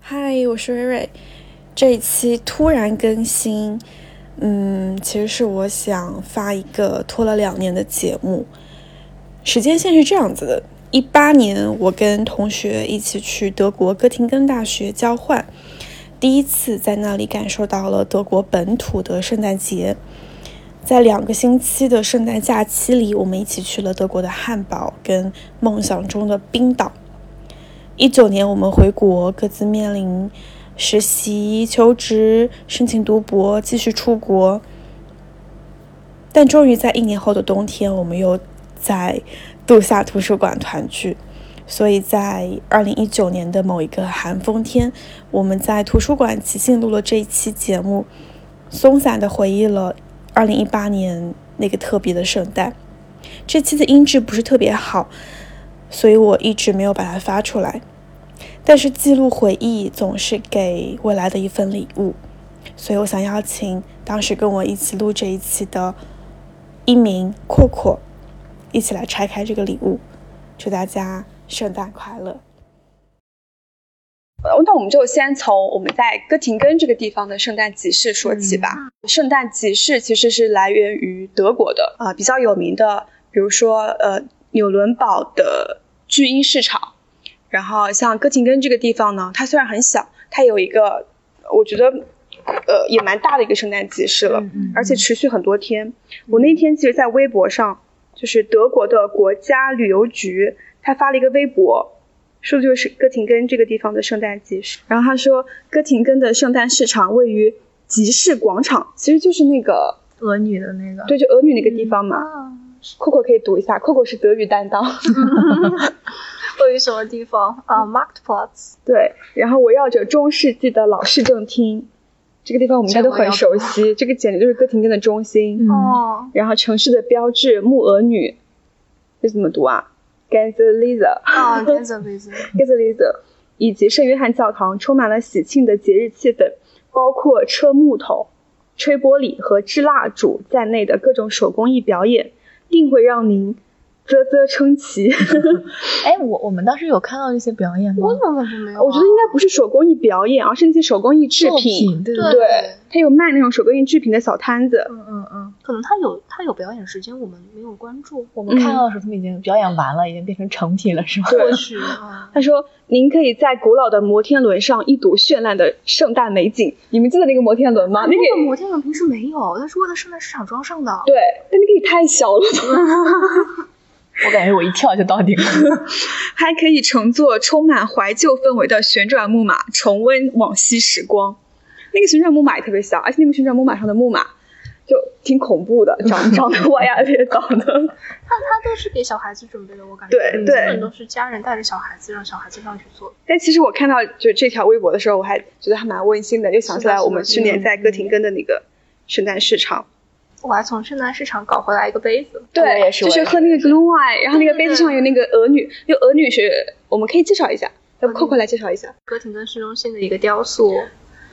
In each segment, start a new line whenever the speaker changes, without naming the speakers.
嗨，我是瑞瑞。这一期突然更新，嗯，其实是我想发一个拖了两年的节目。时间线是这样子的：一八年，我跟同学一起去德国哥廷根大学交换，第一次在那里感受到了德国本土的圣诞节。在两个星期的圣诞假期里，我们一起去了德国的汉堡跟梦想中的冰岛。一九年，我们回国，各自面临实习、求职、申请读博、继续出国。但终于在一年后的冬天，我们又在杜夏图书馆团聚。所以在二零一九年的某一个寒风天，我们在图书馆即兴录了这一期节目，松散的回忆了二零一八年那个特别的圣诞。这期的音质不是特别好，所以我一直没有把它发出来。但是记录回忆总是给未来的一份礼物，所以我想邀请当时跟我一起录这一期的一鸣、阔阔，一起来拆开这个礼物。祝大家圣诞快乐！
呃，那我们就先从我们在哥廷根这个地方的圣诞集市说起吧。圣诞集市其实是来源于德国的啊、呃比较有名的，比如说呃纽伦堡的巨婴市场，然后像哥廷根这个地方呢，它虽然很小，它有一个我觉得呃也蛮大的一个圣诞集市了，
嗯
而且持续很多天。我那天其实，在微博上，就是德国的国家旅游局，他发了一个微博，说就是哥廷根这个地方的圣诞集市。然后他说，哥廷根的圣诞市场位于集市广场，其实就是那个
俄女的那个，嗯
对，就俄语那个地方嘛。c
啊
o c o 可以读一下 c o c o 是德语担当。
位于什么地方啊？Marktplatz，
对，然后围绕着中世纪的老市政厅，这个地方我们应该都很熟悉，这个简直就是哥廷根的中心。
嗯
哦，
然后城市的标志木鹅女，这怎么读啊 g a n z e l i z a
啊，跟着鼻子，
g a n z e l i z a 以及圣约翰教堂充满了喜庆的节日气氛，包括车木头、吹玻璃和制蜡烛在内的各种手工艺表演，定会让您啧啧称奇。
哎，我我们当时有看到那些表演 吗
我？怎么感觉没有啊？
我觉得应该不是手工艺表演，而是那些手工艺制
作
品。
品，对
对
对，
他有卖那种手工艺制品的小摊子，
嗯嗯嗯，
可能他有他有表演时间，我们没有关注，
我们看到的时候他们已经表演完了，已经变成成品了，是吗？
对
或许啊，
他说：“您可以在古老的摩天轮上一睹绚烂的圣诞美景。你们记得那个摩天轮吗？啊那
啊那个
个
摩天轮平时没有，它是为了圣诞市场装上的。
对，但那个也太小了，
我感觉我一跳就到顶了。
还可以乘坐充满怀旧氛围的旋转木马，重温往昔时光。那个旋转木马也特别小，而且那个旋转木马上的木马就挺恐怖的， 长长得歪呀咧倒的。
但它都是给小孩子准备的，我感觉
对
基
对
本都是家人带着小孩子，让小孩子上去做。
但其实我看到就这条微博的时候，我还觉得还蛮温馨的，嗯又想起来我们去年在哥廷根的那个圣诞市场。”
我还从圣诞市场搞回来一个杯子，啊
对，
我也是
就
我
是
也
喝那个 Blue Wine，然后那个杯子上有那个俄女，因为俄女是我们可以介绍一下，要不
俄女
Coco 来介绍一下。
哥廷根市中心的一个雕塑，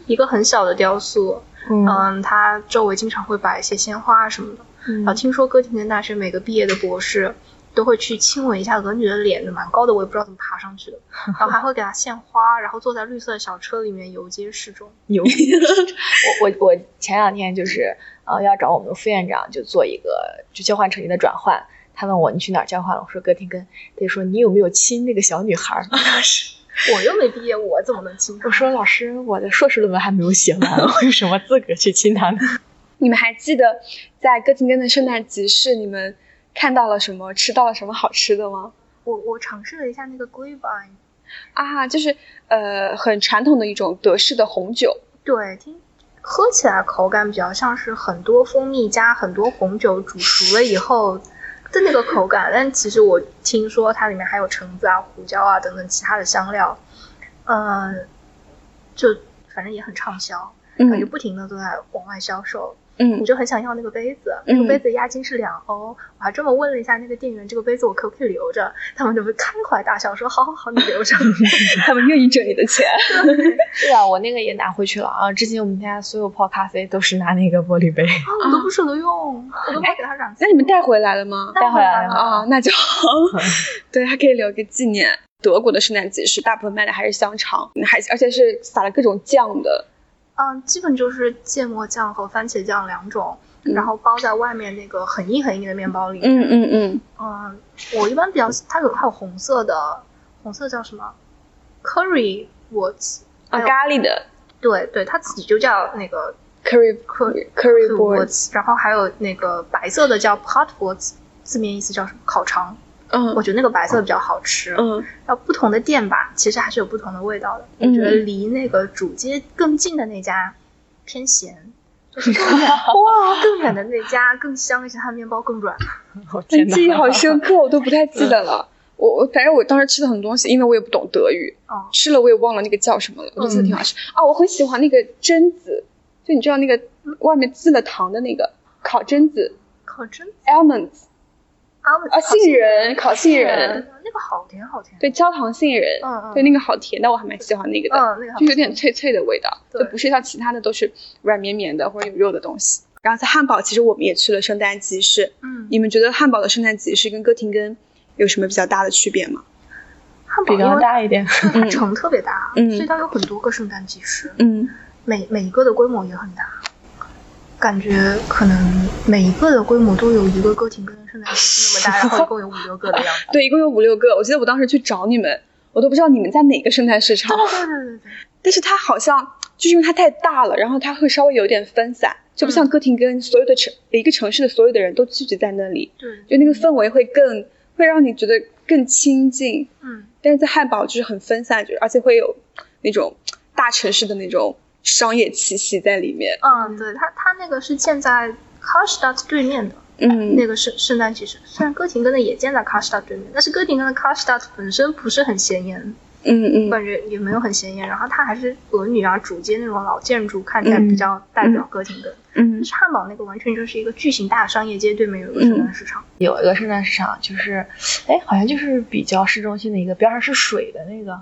一个很小的雕塑，
嗯
嗯，它周围经常会摆一些鲜花啊什么的。然后听说哥廷根大学每个毕业的博士都会去亲吻一下俄女的脸，蛮高的，我也不知道怎么爬上去 的。然后还会给她献花，然后坐在绿色的小车里面游街示众。
牛！我我我前两天就是呃要找我们的副院长就做一个就交换成绩的转换，他问我你去哪儿交换了，我说哥廷根，他就说你有没有亲那个小女孩儿？
我又没毕业，我怎么能亲她
我？说老师，我的硕士论文还没有写完， 我有什么资格去亲她呢？
你们还记得在哥廷根的圣诞集市，你们看到了什么，吃到了什么好吃的吗？
我我尝试了一下那个 Glühwein，
啊，就是呃，很传统的一种德式的红酒，
对，听喝起来口感比较像是很多蜂蜜加很多红酒煮熟了以后的那个口感，但其实我听说它里面还有橙子啊、胡椒啊等等其他的香料，嗯、就反正也很畅销，感觉
嗯
不停的都在往外销售，
嗯
你，就很想要那个杯子，
嗯
那个杯子押金是两欧，我还专门问了一下那个店员，这个杯子我可不可以留着？他们就会开怀大笑说，好好好，你 留着。 啊
他们愿意挣你的 钱。
对啊，我那个也拿回去了啊。之前我们家所有泡咖啡都是拿那个玻璃杯，
啊，我都不舍得用，我都
哎
没给它染
哦
色。
那你们带回来了吗？
带回来了
了
啊，那就好，对，还可以留个纪念。德国的圣诞集市，大部分卖的还是香肠，还而且是撒了各种酱的。
嗯，基本就是芥末酱和番茄酱两种，
嗯
然后包在外面那个很硬很硬的面包里。
嗯嗯嗯，
嗯，我一般比较它有还有红色的，红色叫什么？curry，我
啊，咖喱的
对对，它自己就叫那个
curry
curry
curry boards，
boards，然后还有那个白色的叫 pot boards，字面意思叫什么？烤肠。
嗯
我觉得那个白色的比较好吃。
嗯
然后不同的店吧，其实还是有不同的味道的。我觉得
嗯
离那个主街更近的那家偏咸，就是 更远哇，更远的那家更香一些，它的面包更软。
我
哎
天哪
记忆好深刻，我都不太记得了。我我反正我当时吃了很多东西，因为我也不懂德语，
哦，
吃了我也忘了那个叫什么了，我就觉得挺好吃、啊。我很喜欢那个榛子，就你知道那个外面渍了糖的那个烤榛子
烤榛子
almonds
啊，我
啊，
烤
杏仁烤杏仁，
那个好甜好甜。
对焦糖杏仁，
嗯嗯
对那个好甜的，我还蛮喜欢那个的。
嗯，那个好
就有点脆脆的味道，
对
就不是像其他的都是软绵绵的或者有肉的东西。然后在汉堡，其实我们也去了圣诞集市。
嗯，
你们觉得汉堡的圣诞集市跟哥廷根有什么比较大的区别吗？
汉堡
比
因
较
为
大一点，
它城特别大，啊
嗯
所以它有很多个圣诞集市。
嗯
每每一个的规模也很大，感觉可能每一个的规模都有一个哥廷根的圣诞集市那么大，然后一共有五六个的样 子。
对，一共有五六个。我记得我当时去找你们，我都不知道你们在哪个圣诞市场，
对对对对，
但是它好像就是因为它太大了，然后它会稍微有点分散，就不像哥廷根所有的城一个城市的所有的人都聚集在那里，
对，
就那个氛围会更会让你觉得更亲近。
嗯，
但是在汉堡就是很分散，就是而且会有那种大城市的那种商业气息在里面。
哦
嗯，对，它它那个是建在 c a s t a d 对面的
嗯
那个圣圣诞集市，虽然哥廷根的也建在 c a s t a d 对面，但是哥廷根的 c a s t a d 本身不是很显眼，
嗯
我
嗯
感觉也没有很显眼，然后它还是俄语啊主街那种老建筑，看起来比较代表哥廷根。但
嗯
是汉堡那个完全就是一个巨型大商业街，对面有个圣诞市场。
有一个圣诞市场，就是，哎，好像就是比较市中心的一个，边上是水的那个，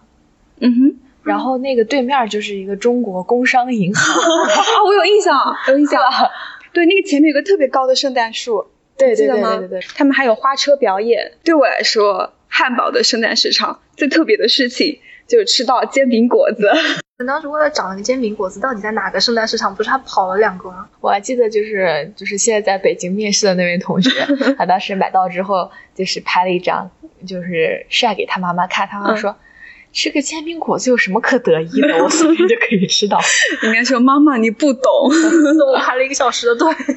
嗯哼
然后那个对面就是一个中国工商银行，
啊，我有印象，有印象。 对，那个前面有个特别高的圣诞树，
对
记
对
得
对
吗
对对对，
他们还有花车表演。对我来说，汉堡的圣诞市场最特别的事情就是吃到煎饼果子。
我当时为了找那个煎饼果子到底在哪个圣诞市场，不是还跑了两个吗？
我还记得就是就是现在在北京面试的那 位同学，他当时买到之后就是拍了一张，就是晒给他妈妈看，他
嗯
妈妈说。吃个煎饼果子有什么可得意的？我随便就可以吃到。
应该说妈妈你不懂，
我排了一个小时的队，对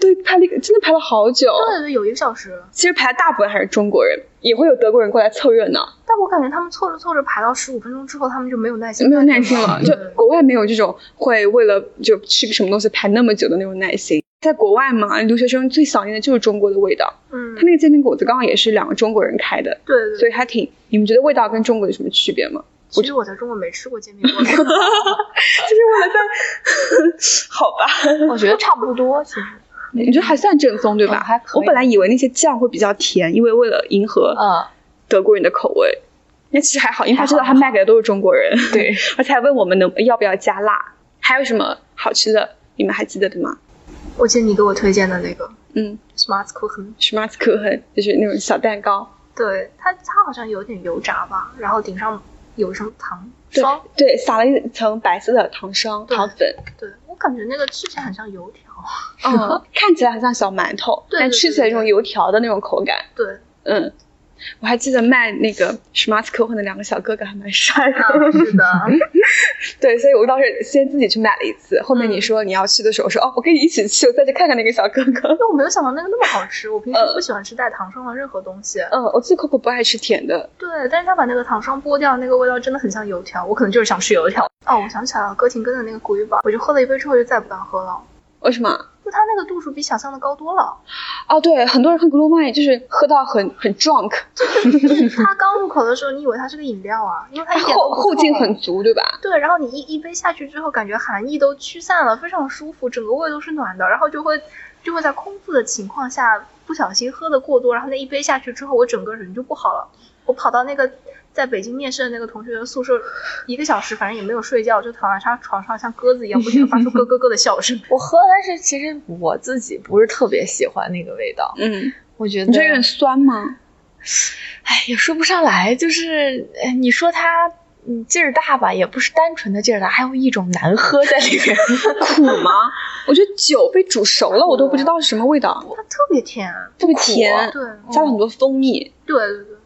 对对，排了一个真的排了好久。
对对，有一个小时。
其实排的大部分还是中国人，也会有德国人过来凑热闹。
但我感觉他们凑着凑着排到十五分钟之后，他们就没有耐心，
没有耐心了，就
对
国外没有这种会为了就吃个什么东西排那么久的那种耐心。在国外嘛，留学生最想念的就是中国的味道。
嗯
他，那个煎饼果子刚好也是两个中国人开的，
对对
所
对。
以还挺。你们觉得味道跟中国有什么区别吗？
其实我在中国没吃过 煎饼果子，
就是为了在，好吧，
我觉得差不多，其实
你觉得还算正宗对吧？
嗯还可以
我本来以为那些酱会比较甜，因为为了迎合
嗯，
德国人的口味。那其实还好，因为他知道
还好
他卖给的都是中国人，
对，。
而且还问我们能要不要加辣，还有什么好吃的，你们还记得的吗？
我记得你给我推荐的那个
嗯，
smart cooking，
s c h m a t z k u c h e n 就是那种小蛋糕。
对它它好像有点油炸吧，然后顶上有什么糖
对
霜，
对，撒了一层白色的糖霜、
对
糖粉，
对我感觉那个吃起来很像油条，
嗯， 看起来很像小馒头，
哦对对
但吃起来有种油条的那种口感。
对，
嗯，我还记得卖那个 s c h m a t z k u c h e n 的两个小哥哥还蛮帅的。
啊，是的，
对，所以我当时先自己去买了一次，后面
嗯
你说你要去的时候，我说哦，我跟你一起去，我再去看看那个小哥哥。
因为我没有想到那个那么好吃，我平时
嗯
不喜欢吃带糖霜的任何东西，
嗯，我自己 Coco 不爱吃甜的，
对，但是他把那个糖霜剥掉，那个味道真的很像油条。我可能就是想吃油条。哦，我想起来了，哥廷根的那个古玉堡，我就喝了一杯之后就再也不敢喝了。
为什么？
就它那个度数比想象的高 多了。
哦，对，很多人喝 Blue Wine 就是喝到很很 drunk，
就是它刚入口的时候，你以为它是个饮料啊，因为它一点都
后
不
后劲
臭
很足，对吧？
对，然后你一一杯下去之后，感觉寒意都驱散了，非常舒服，整个胃都是暖的，然后就会就会在空腹的情况下不小心喝的过多，然后那一杯下去之后，我整个人就不好了。我跑到那个在北京面试的那个同学的宿舍，一个小时反正也没有睡觉，就躺在他床上像鸽子一样不停地发出咯咯咯的笑声
我喝，但是其实我自己不是特别喜欢那个味道，
嗯，
我觉得
你觉得有点酸吗？
哎，也说不上来，就是哎你说它嗯劲儿大吧，也不是单纯的劲儿大，还有一种难喝在里面。
苦吗？ 我觉得酒被煮熟了，我都不知啊道是什么味道，
它特别甜，啊
特别甜，
对
加了很多蜂蜜
对对对，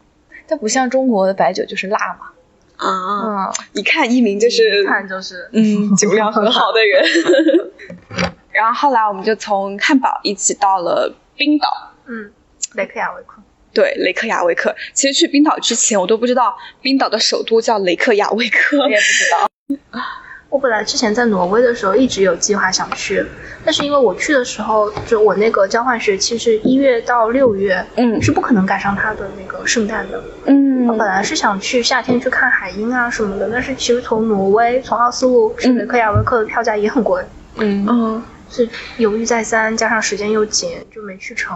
它不像中国的白酒就是辣嘛，
啊。
嗯，
一看一鸣就是
一看就是
嗯，酒量很好的人。 然后后来我们就从汉堡一起到了冰岛，
嗯，雷克雅未克。
对，雷克雅未克。其实去冰岛之前，我都不知道冰岛的首都叫雷克雅未克
我。也不知道。
我本来之前在挪威的时候一直有计划想去，但是因为我去的时候，就我那个交换学期是一月到六月，
嗯
是不可能赶上它的那个圣诞的。我
嗯
本来是想去夏天去看海鹰啊什么的，但是其实从挪威从奥斯陆去
嗯
雷克雅未克的票价也很贵，
嗯，
嗯，
是犹豫再三，加上时间又紧，就没去成。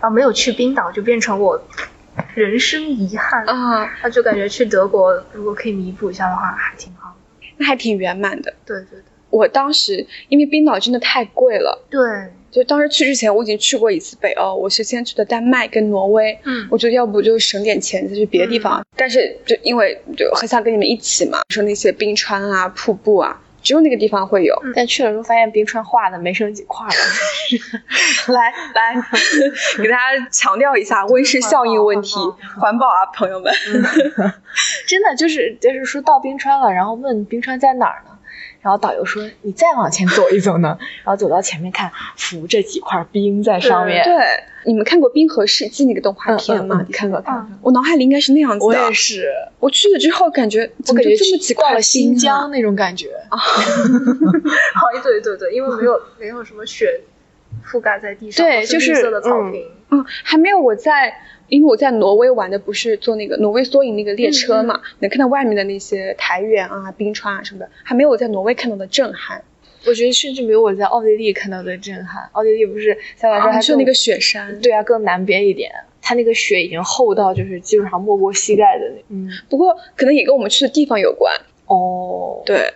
然后没有去冰岛，就变成我人生遗憾。
啊，
那就感觉去德国如果可以弥补一下的话，还挺好。
那还挺圆满的。
对对
我当时因为冰岛真的太贵了，
对对，
就当时去之前我已经去过一次北欧，我是先去的丹麦跟挪威。
嗯
我觉得要不就省点钱再去别的地
嗯
方，但是就因为就很想跟你们一起嘛，说那些冰川啊、瀑布啊，只有那个地方会有。
但去了之后发现冰川化的没剩几块了。
来来， 给大家强调一下温室效应问题， 环保啊，朋友们。
真的就是就是说到冰川了，然后问冰川在哪儿呢？然后导游说你再往前走一走呢， 然后走到前面看，浮着几块冰在上面。
对，你们看过《冰河世纪》那个动画
嗯
片吗？
嗯嗯
你看过？
看
嗯
我脑海里应该是那样子的。
我也，是，
我去了之后感觉
我
怎么
感
就
觉
这么
去
几
到
块
了新
冰啊
疆那种感觉。
哦，对对对，因为没有没有什么雪覆盖在地上，
对
都
就是是
绿色的草坪。
嗯，还没有我在，因为我在挪威玩的不是坐那个挪威缩影那个列
嗯
车嘛，能看到外面的那些苔原啊、冰川啊什么的，还没有我在挪威看到的震撼。
我觉得甚至没有我在奥地利看到的震撼。奥地利不是小老师还
啊，去那
更
个雪山，
对啊，更南边一点，它那个雪已经厚到就是基本上没过膝盖的那嗯
不过可能也跟我们去的地方有关。
哦，
对，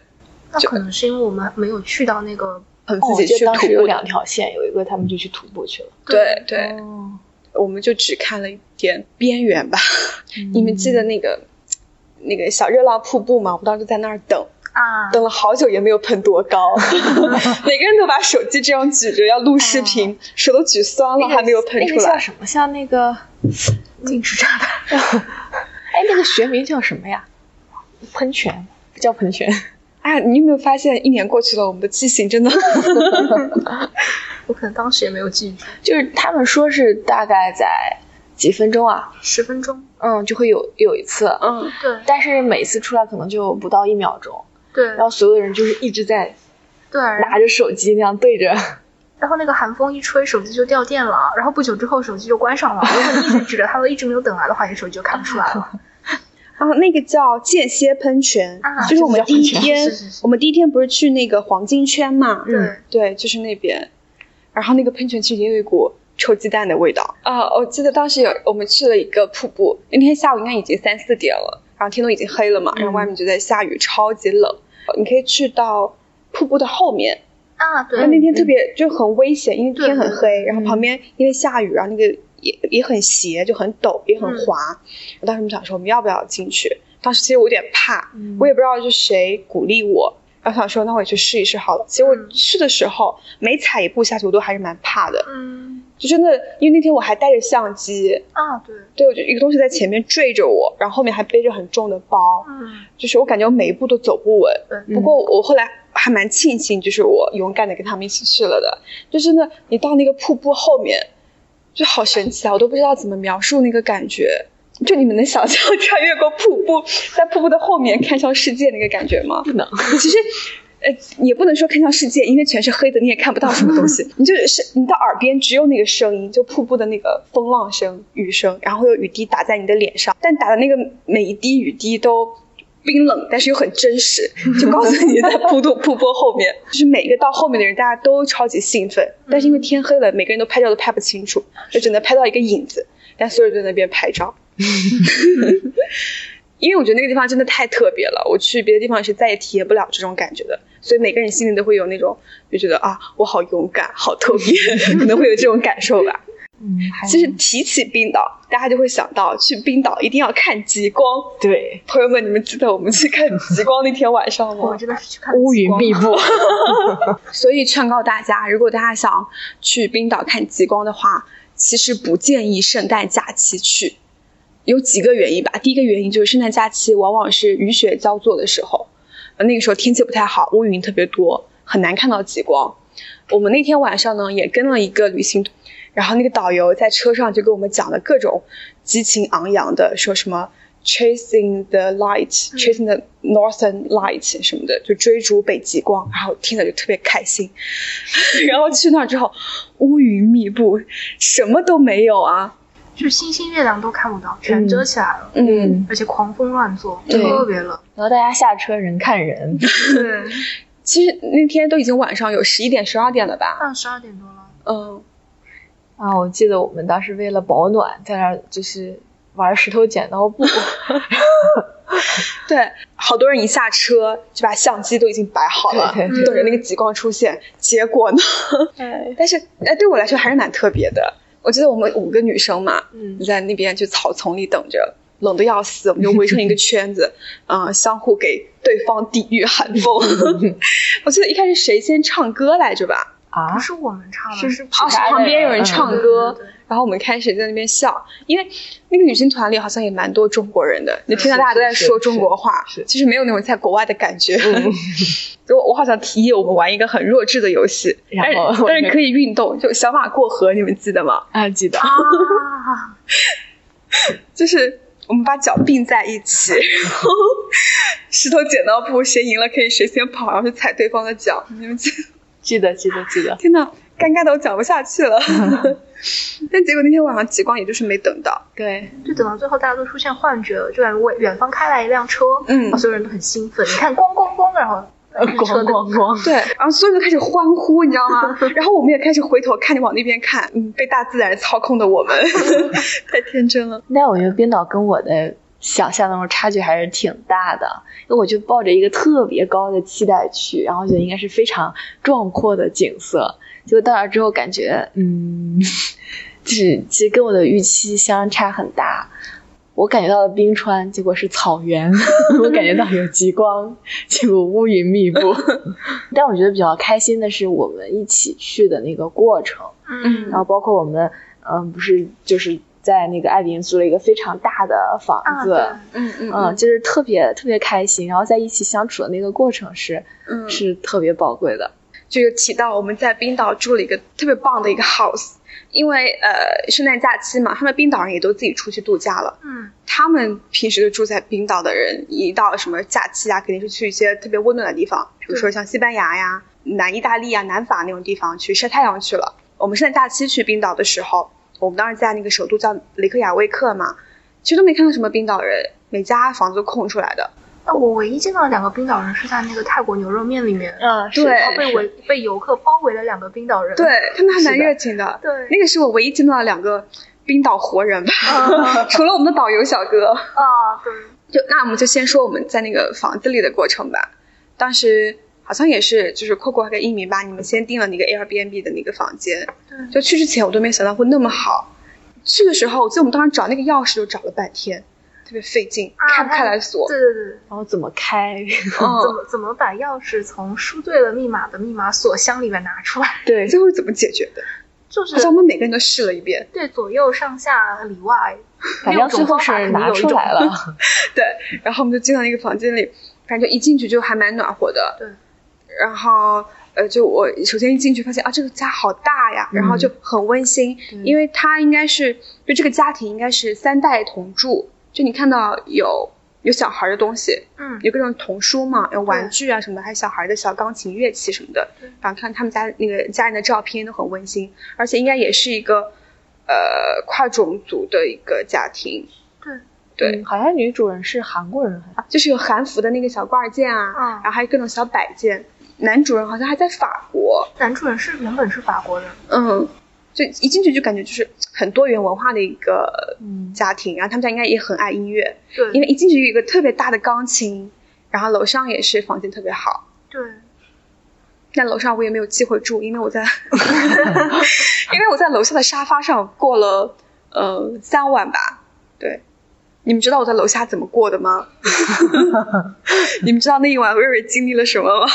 那可能是因为我们没有去到那个
很
哦，
自
我
己
记
去
得当
徒
时有
步。
两条线，有一个他们就去徒步去了。
对对，
哦
我们就只看了一点边缘吧。
嗯
你们记得那个那个小热浪瀑布吗？我们当时在那儿等，
啊，
等了好久也没有喷多 高，每个人都把手机这样举着要录视频，手都举酸了，
啊那个
还没有喷出
那个叫
来。
什么？像那个，
定时炸弹。
哎，那个学名叫什么呀？喷泉不叫喷泉，
哎，你有没有发现一年过去了，我们的记性真的
我可能当时也没有记住，
就是他们说是大概在几分钟啊，
十分钟。
嗯，就会有有一次，
嗯
对
但是每次出来可能就不到一秒钟，
对
然后所有人就是一直在
对，然
拿
后
着手机那样对 着，
然后那个寒风一吹，手机就掉电了，然后不久之后手机就关上了。如果你一直指着它 都一直没有等来的话，你手机就看不出来
嗯
了。
啊，那个叫间歇喷泉，
啊
就是我们第一天，
是是是
我们第一天不是去那个黄金圈嘛？
对，
对，就是那边。然后那个喷泉其实也有一股臭鸡蛋的味道啊、我记得当时有我们去了一个瀑布，那天下午应该已经三四点了，然后天都已经黑了嘛，然后外面就在下雨，超级冷。呃你可以去到瀑布的后面，
啊，
然后那
对，
天特别就很危险，因为
对
天很
对嗯
黑，然后旁边因为下雨，然后那个也也很斜，就很陡，也很
嗯
滑。我当时我们想说我们要不要进去？当时其实我有点怕，
嗯
我也不知道是谁鼓励我，然后想说那我也去试一试好了。结果
嗯
去的时候每踩一步下去，我都还是蛮怕的，
嗯，
就真的因为那天我还带着相机，
啊，对，
对我就一个东西在前面坠着我，然后后面还背着很重的包，
嗯，
就是我感觉我每一步都走不稳。
对
不过我后来还蛮庆幸，就是我勇敢的跟他们一起去了的。就真的，你到那个瀑布后面，就好神奇啊！我都不知道怎么描述那个感觉。就你们能想象穿越过瀑布，在瀑布的后面看向世界那个感觉吗？
不能。
其实，呃，也不能说看向世界，因为全是黑的，你也看不到什么东西。你就是你的耳边只有那个声音，就瀑布的那个风浪声、雨声，然后有雨滴打在你的脸上，但打的那个每一滴雨滴都冰冷，但是又很真实，就告诉你在瀑布瀑布后面，就是每一个到后面的人，大家都超级兴奋，但是因为天黑了，每个人都拍照都拍不清楚，就只能拍到一个影子，但所有人都在那边拍照。因为我觉得那个地方真的太特别了，我去别的地方是再也体验不了这种感觉的，所以每个人 心里都会有那种就觉得啊，我好勇敢，好特别，可能会有这种感受吧。
嗯，还
其实提起冰岛，大家就会想到去冰岛一定要看极光。
对
朋友们，你们记得我们去看极光那天晚上
我
吗
们？真的是去看
乌
极
云
光
密 布，
所以劝告大家，如果大家想去冰岛看极光的话，其实不建议圣诞假期去。有几个原因吧，第一个原因就是圣诞假期往往是雨雪交错的时候，呃那个时候天气不太好，乌云特别多，很难看到极光。我们那天晚上呢，也跟了一个旅行团，然后那个导游在车上就给我们讲了各种激情昂扬的，说什么 chasing the light，chasing the northern light 什么的，就追逐北极光，然后听着就特别开心。 然后去那儿之后，乌云密布，什么都没有啊。
就是星星、月亮都看不到，全遮起来了，
嗯，
而且狂风乱作，
对
特别 冷。
然后大家下车人看 人，
对，
其实那天都已经晚上有十一点、十二点了吧？
到十二点多了，
嗯，
啊，我记得我们当时为了保暖，在那儿就是玩石头剪刀 布，
对，好多人一下车就把相机都已经摆好了，嗯
对
对
对
等着那个极光出现。结果呢？
对，
但是哎，对我来说还是蛮特别的。我记得我们五个女生嘛，
嗯，
在那边就草丛里等着，冷的要死，我们就围成一个圈 子，嗯、相互给对方抵御寒 风。我记得一开始谁先唱歌来着吧？
啊
不，是我们唱
是
的，是
啊
其他
是
的
旁边有人
人
唱歌，然后我们开始在那边笑，因为那个旅行团里好像也蛮多中国人的，你听到大家都在说中国话
是是是，
就是没有那种在国外的感觉。
嗯
就我好想提议我们玩一个很弱智的游戏，
然
但是
后
但是可以运动，就小马过河，你们记得吗？
啊，记得
啊，
就是我们把脚并在一起，然后石头剪刀布，谁赢了可以谁先跑，然后去踩对方的脚。你们记得？
记得记得记得，
天呐，尴尬的我讲不下 去了。但结果那天晚上极光也就是没等到，
对，
就等到最后大家都出现幻觉了，就感觉远远方开来一辆车，啊
嗯
然后所有人都很兴奋，你看咣咣咣，然后
呃
那车
咣
的
咣咣，
对，然后所有人都开始欢呼，你知道吗？然后我们也开始回头看，往那边看，嗯，被大自然操控的我们， 太天真了。
但我觉得冰岛跟我的想象当中差距还是挺大的，因为我就抱着一个特别高的期待去，然后觉得应该是非常壮阔的景色，结果到那儿之后感觉，嗯，就是其实跟我的预期相差很大。我感觉到了冰川，结果是草原； 我感觉到有极光，结果乌云密布。 但我觉得比较开心的是我们一起去的那个过程，
嗯
然后包括我们，嗯，不是就是在那个爱彼迎租了一个非常大的房
啊，
子，
对，
嗯嗯
嗯，就是特别特别开心，然后在一起相处的那个过程是、
嗯
是特别宝贵的。
就有提到我们在冰岛住了一个特别棒的一个 house，因为呃圣诞假期嘛，他们冰岛人也都自己出去度假了。
嗯，
他们平时就住在冰岛的人，一到什么假期啊，肯定是去一些特别温暖的地方，比如说像西班牙呀、南意大利啊、南法那种地方去晒太阳去了。我们圣诞假期去冰岛的时候，我们当时在那个首都叫雷克雅未克嘛，其实都没看到什么冰岛人，每家房子都空出来的。
那我唯一见到两个冰岛人是在那个泰国牛肉面里面，
嗯，
是对
然后被围被游客包围了两个冰岛人，
对他们还蛮
是的
热情的。
对
那个是我唯一见到的两个冰岛活人吧，
啊
除了我们的导游小哥。
啊，对，
就那我们就先说我们在那个房子里的过程吧。当时好像也是就是扣扣和一米八，你们先订了那个 Airbnb 的那个房间。
对
就去之前我都没想到会那么好。去的时候，我记得我们当时找那个钥匙就找了半天，特别费劲，
啊
开不开来锁。
对对对。
然后怎么开？
怎
嗯，
么怎么把钥匙从输对了密码的密码锁箱里面拿出来？
对，
最后是怎么解决的？
就是
好像我们每个人都试了一遍。
对左右上下里外，
反正最后是拿出来了。
对，然后我们就进到那个房间里，反正就一进去就还蛮暖和的。
对。
然后呃，就我首先一进去发现啊，这个家好大呀，然后就很温馨，
对
因为它应该是就这个家庭应该是三代同住，就你看到有。有小孩的东西，
嗯，
有各种童书嘛，有玩具啊什么的，还有小孩的小钢琴、乐器什么的
对。
然后看他们家那个家人的照片都很温馨，而且应该也是一个呃跨种族的一个家庭。
对
对，
嗯好像女主人是韩国人，
就是有韩服的那个小挂件啊，
嗯
然后还有各种小摆件。男主人好像还在法国，
男主人是原本是法国人，
嗯，就一进去就感觉就是很多元文化的一个
嗯
家庭，然后他们家应该也很爱音乐，
对，
因为一进去有一个特别大的钢琴，然后楼上也是房间特别好，
对，
但楼上我也没有机会住，因为我在，因为我在楼下的沙发上过了呃三晚吧。对，你们知道我在楼下怎么过的吗？ 你们知道那一晚瑞瑞经历了什么吗？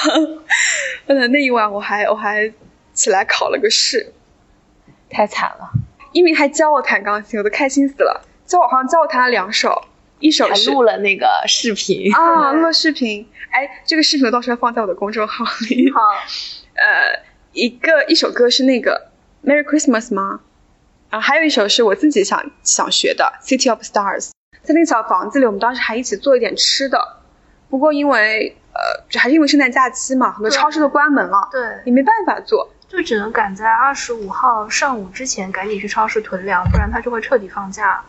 嗯，那一晚我还我还起来考了个试，
太惨了，
一鸣还教我弹钢琴，我都开心死了。教我好像教我弹了两首，一首
还
是
录了那个视频，
啊录了视频，哎，这个视频我到时候放在我的公众号里。
好，
呃，一个一首歌是那个 Merry Christmas 吗？啊，还有一首是我自己想想学的 City of Stars。在那个小房子里，我们当时还一起做一点吃的，不过因为呃，这还是因为圣诞假期嘛，很多
对
超市都关门了，
对，
也没办法做。
就只能赶在二十五号上午之前赶紧去超市囤粮，不然它就会彻底放假。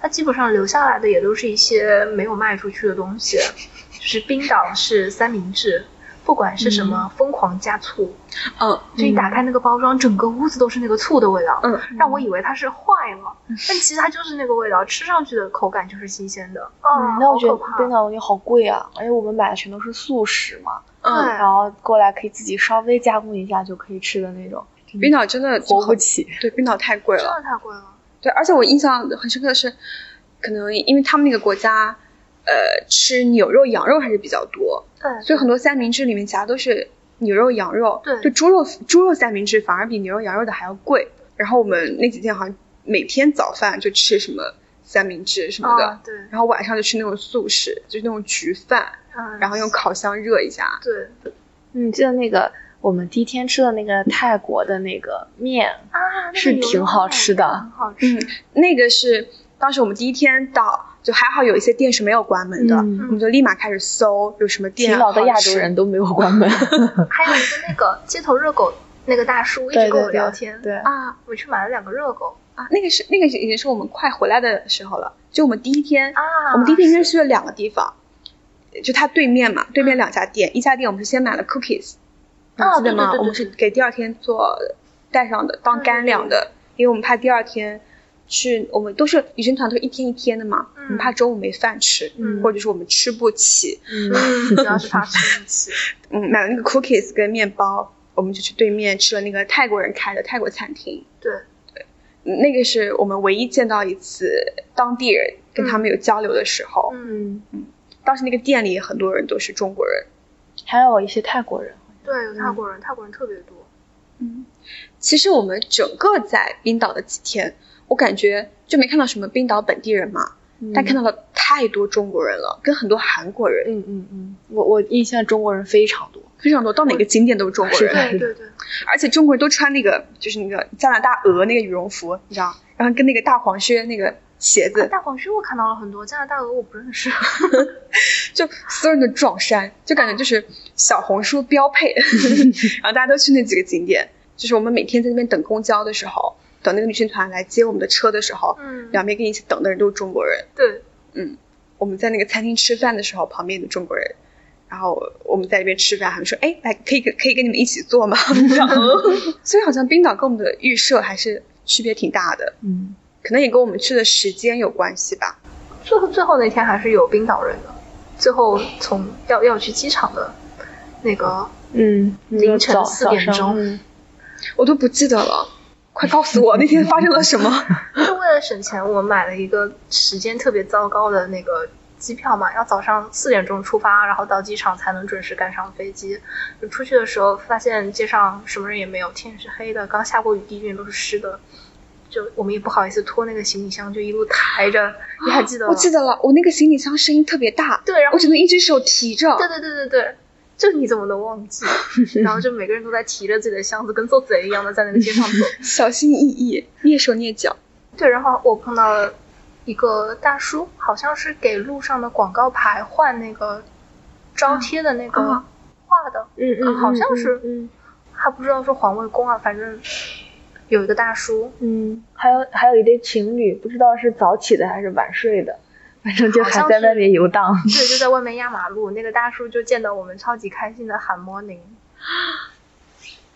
它基本上留下来的也都是一些没有卖出去的东西，就是冰岛是三明治，不管是什
嗯
么疯狂加醋，
嗯，
就一打开那个包装，整个屋子都是那个醋的味道，
嗯，
让我以为它是坏了，
嗯
但其实它就是那个味道，吃上去的口感就是新鲜的。啊，
嗯，那我觉得
好可怕
冰岛牛好贵啊，而且我们买的全都是素食嘛，
嗯
对
然后过来可以自己稍微加工一下就可以吃的那种，
冰岛真的
嗯活不，起。
对，冰岛太贵
真
了。
的太贵了。
对，而且我印象很深刻的是，可能因为他们那个国家，呃，吃牛肉、羊肉还是比较多，
对，
所以很多三明治里面夹的都是牛肉、羊肉。
对
就猪肉猪肉三明治反而比牛肉、羊肉的还要贵。然后我们那几天好像每天早饭就吃什么三明治什么的，
啊，对，
然后晚上就吃那种素食，就是那种焗饭，
嗯，
然后用烤箱热一下。
对
嗯，记得那个我们第一天吃的那个泰国的那个面，
啊，那个
是
牛
挺
肉
好吃的
很好吃
嗯。，那个是当时我们第一天到，就还好有一些店是没有关门的，
嗯
我们就立马开始搜有什么店。
勤劳的亚洲人，都没有关门。
还有一个那个街头热狗那个大叔一
对
直跟我
对
聊
对
天，
对，
啊
我去买了两个热狗
啊，那个是那个已经是我们快回来的时候了，就我们第一天，
啊
我们第一天应该是去了两个地方，就它对面嘛，对面两家店，一家店我们是先买了 cookies，你
啊
记得吗？
对对对对嗯
我们是给第二天做带上的当干粮的，因为我们怕第二天去，我们都是女生团都是一天一天的嘛，
嗯
我们怕中午没饭吃，
嗯
或者是我们吃不起，
嗯，
嗯，主要是他吃不起，
嗯，买了那个 cookies 跟面包，我们就去对面吃了那个泰国人开的泰国餐厅。
对
对，那个是我们唯一见到一次当地人跟他们有交流的时候。
嗯，
当时那个店里很多人都是中国人。
还有一些泰国人，
对，有泰国人，泰国人特别多，
嗯，其实我们整个在冰岛的几天，我感觉就没看到什么冰岛本地人嘛，
嗯
但看到了太多中国人了，跟很多韩国人
嗯嗯嗯，我我印象中国人非常多，
非常多，到哪个景点都是中国
是
人
的。
对对对，
而且中国人都穿那个就是那个加拿大鹅那个羽绒服，你知道，然后跟那个大黄靴那个鞋
啊
子，
大黄须我看到了很多，加拿大鹅我不认识，
就所有人都撞衫，就感觉就是小红书标配。 然后大家都去那几个景点，就是我们每天在那边等公交的时候，等那个女生团来接我们的车的时候，
嗯，
两边跟你一起等的人都是中国人。
对，
我们在那个餐厅吃饭的时候，旁边的中国人。然后我们在那边吃饭，他们说：“哎，来，可以跟可以跟你们一起坐吗？” 然后所以好像冰岛跟我们的预设还是区别挺大的。
嗯，
可能也跟我们去的时间有关系吧。
最后最后那天还是有冰岛人的，最后从要要去机场的那
哦
个
嗯，
凌晨
早
4点
早上
钟
嗯
我都不记得了，快告诉我那天发生了什么。
就是为了省钱，我买了一个时间特别糟糕的那个机票嘛，要早上四点钟出发，然后到机场才能准时赶上飞机。就出去的时候，发现街上什么人也没有，天是黑的，刚下过雨，地面都是湿的。就我们也不好意思拖那个行李箱，就一路抬着， 你还记得吗？
我记得了，我那个行李箱声音特别大，
对，然后
我只能一只手提着。
对对对对对，这你怎么能忘记？然后就每个人都在提着自己的箱子，跟做贼一样的在那个街上走。
小心翼翼，蹑手蹑脚。
对，然后我碰到了一个大叔，好像是给路上的广告牌换那个招贴的那个
啊
画的，
嗯嗯，
好像是
嗯
还不知道是环卫工啊，反正有一个大叔，
嗯，还有还有一对情侣，不知道是早起的还是晚睡的，反正就
好
还
像
在
是
外面游荡。
对，就在外面压马路，那个大叔就见到我们超级开心的喊 morning，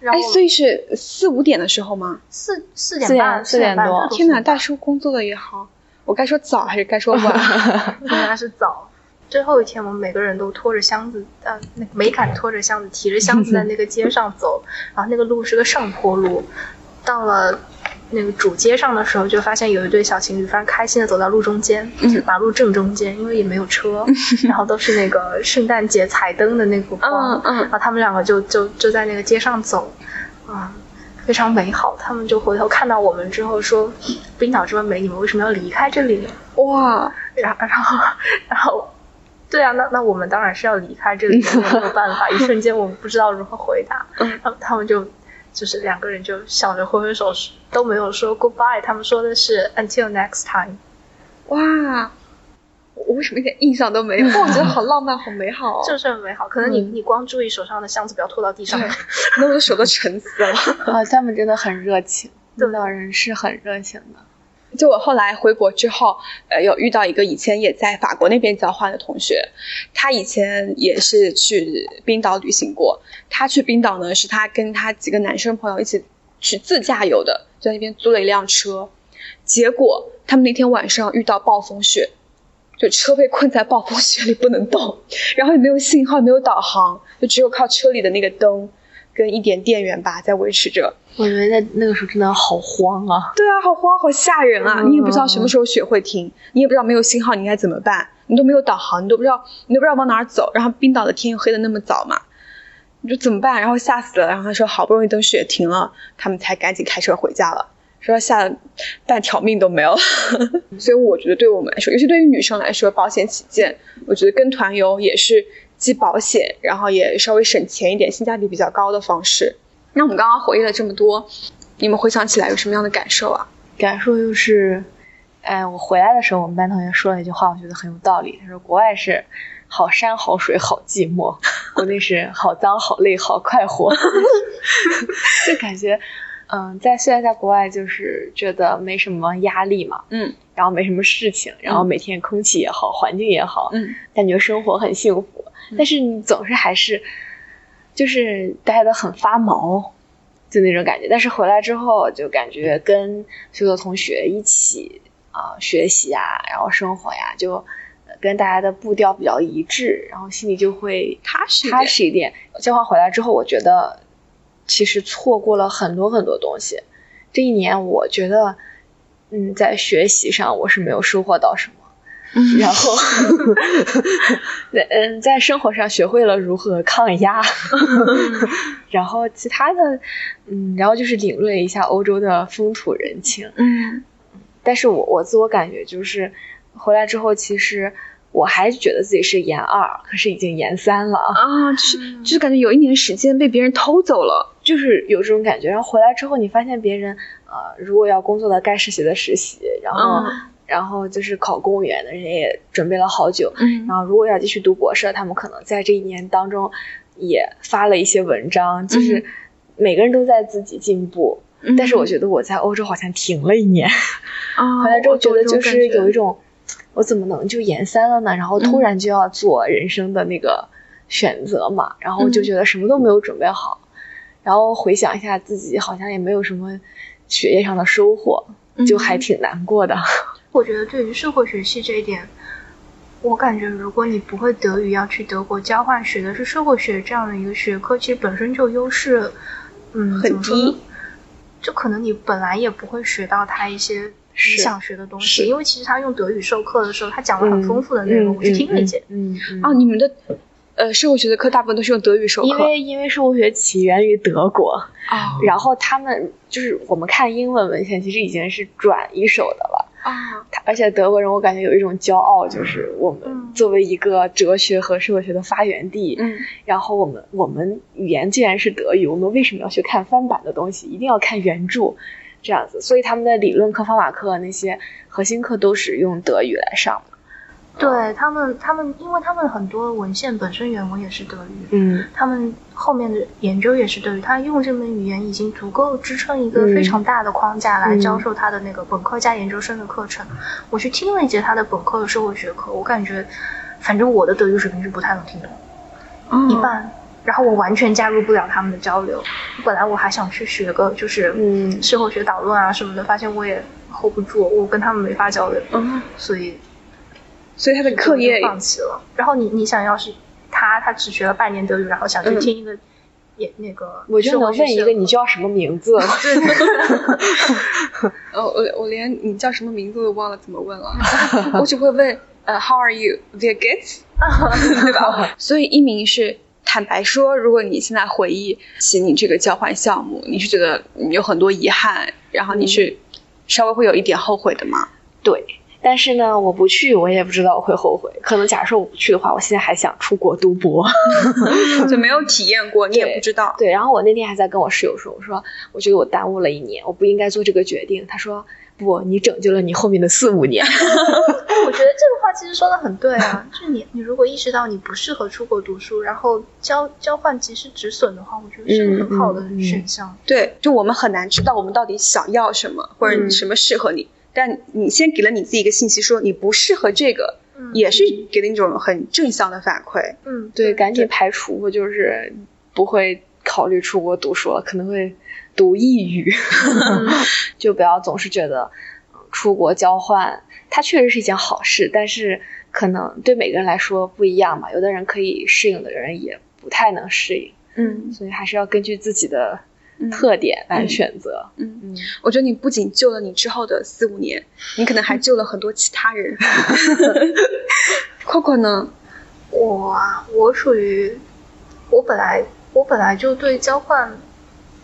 然后
哎，所以是四五点的时候吗？
四四
四
点
点
半
四
点
点
半
多
差不
天哪，
多
大叔工作的也好，我该说早还是该说晚？
应该是早。最后一天，我们每个人都拖着箱子，呃，那个没敢拖着箱子，提着箱子在那个街上走，然后那个路是个上坡路，到了。那个主街上的时候，就发现有一对小情侣非常开心的走到路中间，
嗯
马路正中间，因为也没有车， 然后都是那个圣诞节彩灯的那个光，
嗯嗯
然后他们两个就就就在那个街上走，啊、非常美好。他们就回头看到我们之后说：“冰岛这么美，你们为什么要离开这里？”
哇，
然然后然后，对啊，那那我们当然是要离开这里，我们没有办法。一瞬间我们不知道如何回答，
嗯
然后他们就就是两个人就笑着挥挥手，都没有说 goodbye，他们说的是 until next time。
哇，我我为什么一点印象都没有？ 但我觉得好浪漫，好美好哦，
就是很美好，可能你、
嗯
你光注意手上的箱子不要拖到地上，
对那我的手都沉死了。
啊，他们真的很热情，
对
冰岛人是很热情的。
就我后来回国之后，呃，有遇到一个以前也在法国那边交换的同学，他以前也是去冰岛旅行过。他去冰岛呢，是他跟他几个男生朋友一起去自驾游的，在那边租了一辆车。结果他们那天晚上遇到暴风雪，就车被困在暴风雪里不能动，然后也没有信号，也没有导航，就只有靠车里的那个灯跟一点电源吧在维持着。
我觉得那那个时候真的好慌啊！
对啊，好慌，好吓人啊！
嗯
你也不知道什么时候雪会停，你也不知道没有信号你应该怎么办，你都没有导航，你都不知道你都不知道往哪儿走。然后冰岛的天又黑的那么早嘛，你说怎么办？然后吓死了。然后他说好不容易等雪停了，他们才赶紧开车回家了。说吓得半条命都没有了， 所以我觉得对我们来说，尤其对于女生来说，保险起见，我觉得跟团游也是既保险，然后也稍微省钱一点，性价比比较高的方式。那我们刚刚回忆了这么多，你们回想起来有什么样的感受啊？
感受就是，哎，我回来的时候，我们班同学说了一句话，我觉得很有道理。他说：“国外是好山好水好寂寞，国内是好脏好累好快活。” 就感觉，嗯，在现在在国外就是觉得没什么压力嘛，
嗯
然后没什么事情，然后每天空气也好，环境也好，
嗯
感觉生活很幸福，但是你总是还是就是待得很发毛，就那种感觉。但是回来之后，就感觉跟所有的同学一起啊、学习啊，然后生活呀、就呃跟大家的步调比较一致，然后心里就会
踏实一点
踏实一点。交换回来之后，我觉得其实错过了很多很多东西。这一年，我觉得，嗯，在学习上我是没有收获到什么。
嗯
然后，对，嗯，在生活上学会了如何抗压，然后其他的，嗯，然后就是领略一下欧洲的风土人情。
嗯
但是我我自我感觉就是，回来之后，其实我还觉得自己是研二，可是已经研三了啊。
啊，就是就是感觉有一年时间被别人偷走了，
就是有这种感觉。然后回来之后，你发现别人，呃，如果要工作的该实习的实习，然后、
嗯
然后就是考公务员的人也准备了好久，
嗯
然后如果要继续读博士，他们可能在这一年当中也发了一些文章，
嗯
就是每个人都在自己进步。
嗯
但是我觉得我在欧洲好像停了一
嗯
年，
啊，
回来之后
我懂
觉得
这种
就
感
是
觉
有一种，我怎么能就研三了呢？然后突然就要做人生的那个选择嘛，然后
嗯
就觉得什么都没有准备好，然后回想一下自己好像也没有什么学业上的收获，
嗯
就还挺难过的。
我觉得对于社会学系这一点，我感觉如果你不会德语，要去德国交换，学的是社会学这样的一个学科，其实本身就优势，嗯，
很
怎么说呢
低。
就可能你本来也不会学到他一些你
是
想学的东
是
西，因为其实他用德语授课的时候，他讲了很丰富的内容，我去听了一些。哦
嗯嗯嗯
啊，你们的呃社会学的课大部分都是用德语授
因
课
为因为社会学起源于德国，
啊
然后他们就是我们看英文文献，其实已经是转一手的了。
啊，
他而且德国人，我感觉有一种骄傲，就是我们
嗯
作为一个哲学和社会学的发源地，
嗯
然后我们我们语言既然是德语，我们为什么要去看翻版的东西？一定要看原著，这样子。所以他们的理论课、方法课那些核心课都是用德语来上的。
对他们，他们因为他们很多文献本身原文也是德语，
嗯
他们后面的研究也是对于他用这门语言已经足够支撑一个非常大的框架来
嗯
教授他的那个本科加研究生的课程。我去听了一节他的本科的社会学课，我感觉，反正我的德语水平是不太能听懂，
嗯啊
一般。然后我完全加入不了他们的交流。本来我还想去学个就是
嗯
社会学导论啊什么的，发现我也 hold 不住，我跟他们没法交流。
嗯
所以
所以他的课业
就放弃了。然后你你想要是他，他只学了半年德语，然后想去
嗯
听一个也那个，
我就能问一个你，叫什么名字？
呃，我我连你叫什么名字都忘了怎么问了，我只会问呃，How are you? Wir geht's？对 吧？所以一鸣是坦白说，如果你现在回忆起你这个交换项目，你是觉得你有很多遗憾，然后你是稍微会有一点后悔的吗？
对，但是呢，我不去，我也不知道我会后悔。可能假设我不去的话，我现在还想出国读博。
就没有体验过，你也不知道。
对，然后我那天还在跟我室友说，我说我觉得我耽误了一年，我不应该做这个决定。他说不，你拯救了你后面的四五年。
哎， 我觉得这个话其实说的很对啊， 就是你你如果意识到你不适合出国读书，然后交交换及时止损的话，我觉得是个很好的
嗯嗯嗯
选项。
对，就我们很难知道我们到底想要什么，或者
嗯
什么适合你。但你先给了你自己一个信息，说你不适合这个，
嗯，
也是给了你一种很正向的反馈。
嗯，
对，赶紧排除，我就是不会考虑出国读书了，可能会读抑郁， 就不要总是觉得嗯出国交换，它确实是一件好事，但是可能对每个人来说不一样吧，有的人可以适应，有的人也不太能适应，
嗯
所以还是要根据自己的
嗯
特点来
嗯
选择。
嗯，
嗯，
我觉得你不仅救了你之后的四五年，你可能还救了很多其他 人。Coco 呢？
我啊，我属于我本来我本来就对交换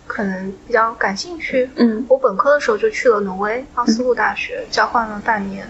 可能比较感兴趣。
嗯
我本科的时候就去了挪威奥斯陆大学交换了半年。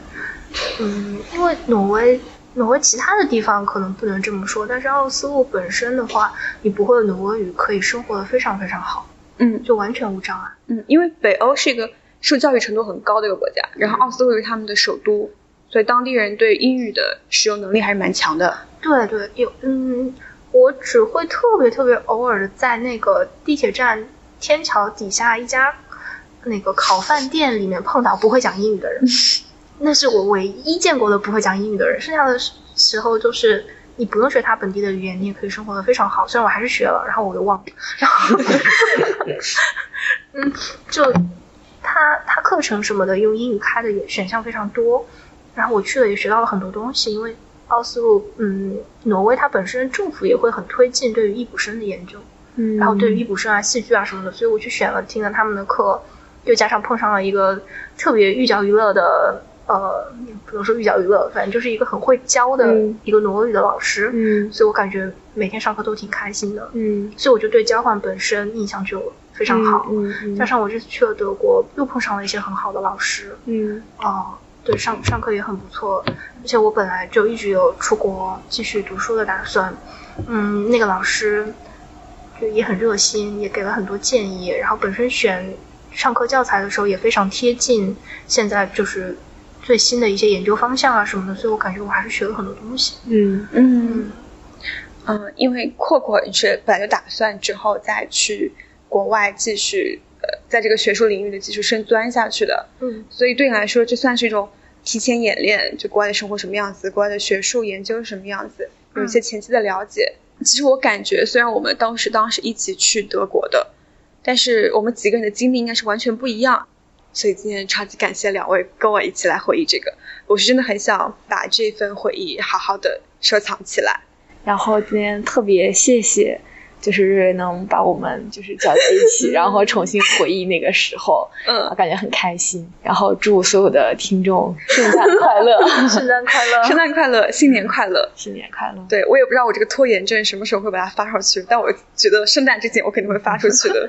嗯，因为挪威挪威其他的地方可能不能这么说，但是奥斯陆本身的话，你不会挪威语可以生活的非常非常好，
嗯
就完全无障碍。
嗯，因为北欧是一个受教育程度很高的一个国家，然后奥斯陆是他们的首都，所以当地人对英语的使用能力还是蛮强的。
对对，有嗯，我只会特别特别偶尔的在那个地铁站天桥底下一家那个烤饭店里面碰到不会讲英语的人，那是我唯一见过的不会讲英语的人。剩下的时时候就是你不用学他本地的语言，你也可以生活的非常好。虽然我还是学了，然后我又忘了，然后 嗯，就他他课程什么的用英语开的也选项非常多。然后我去了也学到了很多东西，因为奥斯陆，嗯，挪威它本身政府也会很推进对于易卜生的研究，
嗯
然后对于易卜生啊、戏剧啊什么的，所以我去选了听了他们的课，又加上碰上了一个特别寓教于乐的，呃，不能说寓教于乐，反正就是一个很会教的
嗯
一个挪威语的老师，
嗯
所以我感觉每天上课都挺开心的，
嗯
所以我就对交换本身印象就非常好，
嗯嗯
加上我这次去了德国，又碰上了一些很好的老师，
嗯
哦，对，上上课也很不错，而且我本来就一直有出国继续读书的打算。嗯，那个老师就也很热心，也给了很多建议，然后本身选上课教材的时候也非常贴近现在就是最新的一些研究方向啊什么的，所以我感觉我还是学了很多东西。
嗯
嗯，嗯，因为阔阔是本来就打算之后再去国外继续呃，在这个学术领域的继续深钻下去的，
嗯，
所以对你来说，这算是一种提前演练，就国外的生活什么样子，国外的学术研究是什么样子，有一些前期的了解。其实我感觉，虽然我们当时当时一起去德国的，但是我们几个人的经历应该是完全不一样。所以今天超级感谢两位跟我一起来回忆这个，我是真的很想把这份回忆好好的收藏起来。
然后今天特别谢谢，就是瑞瑞能把我们就是搅在一 起，然后重新回忆那个时候，啊
嗯，
感觉很开心。然后祝所有的听众圣诞快乐，
圣诞快乐！
圣诞快乐，新年快乐！
新年快乐。
对我也不知道我这个拖延症什么时候会把它发上去，但我觉得圣诞之前我肯定会发出去的。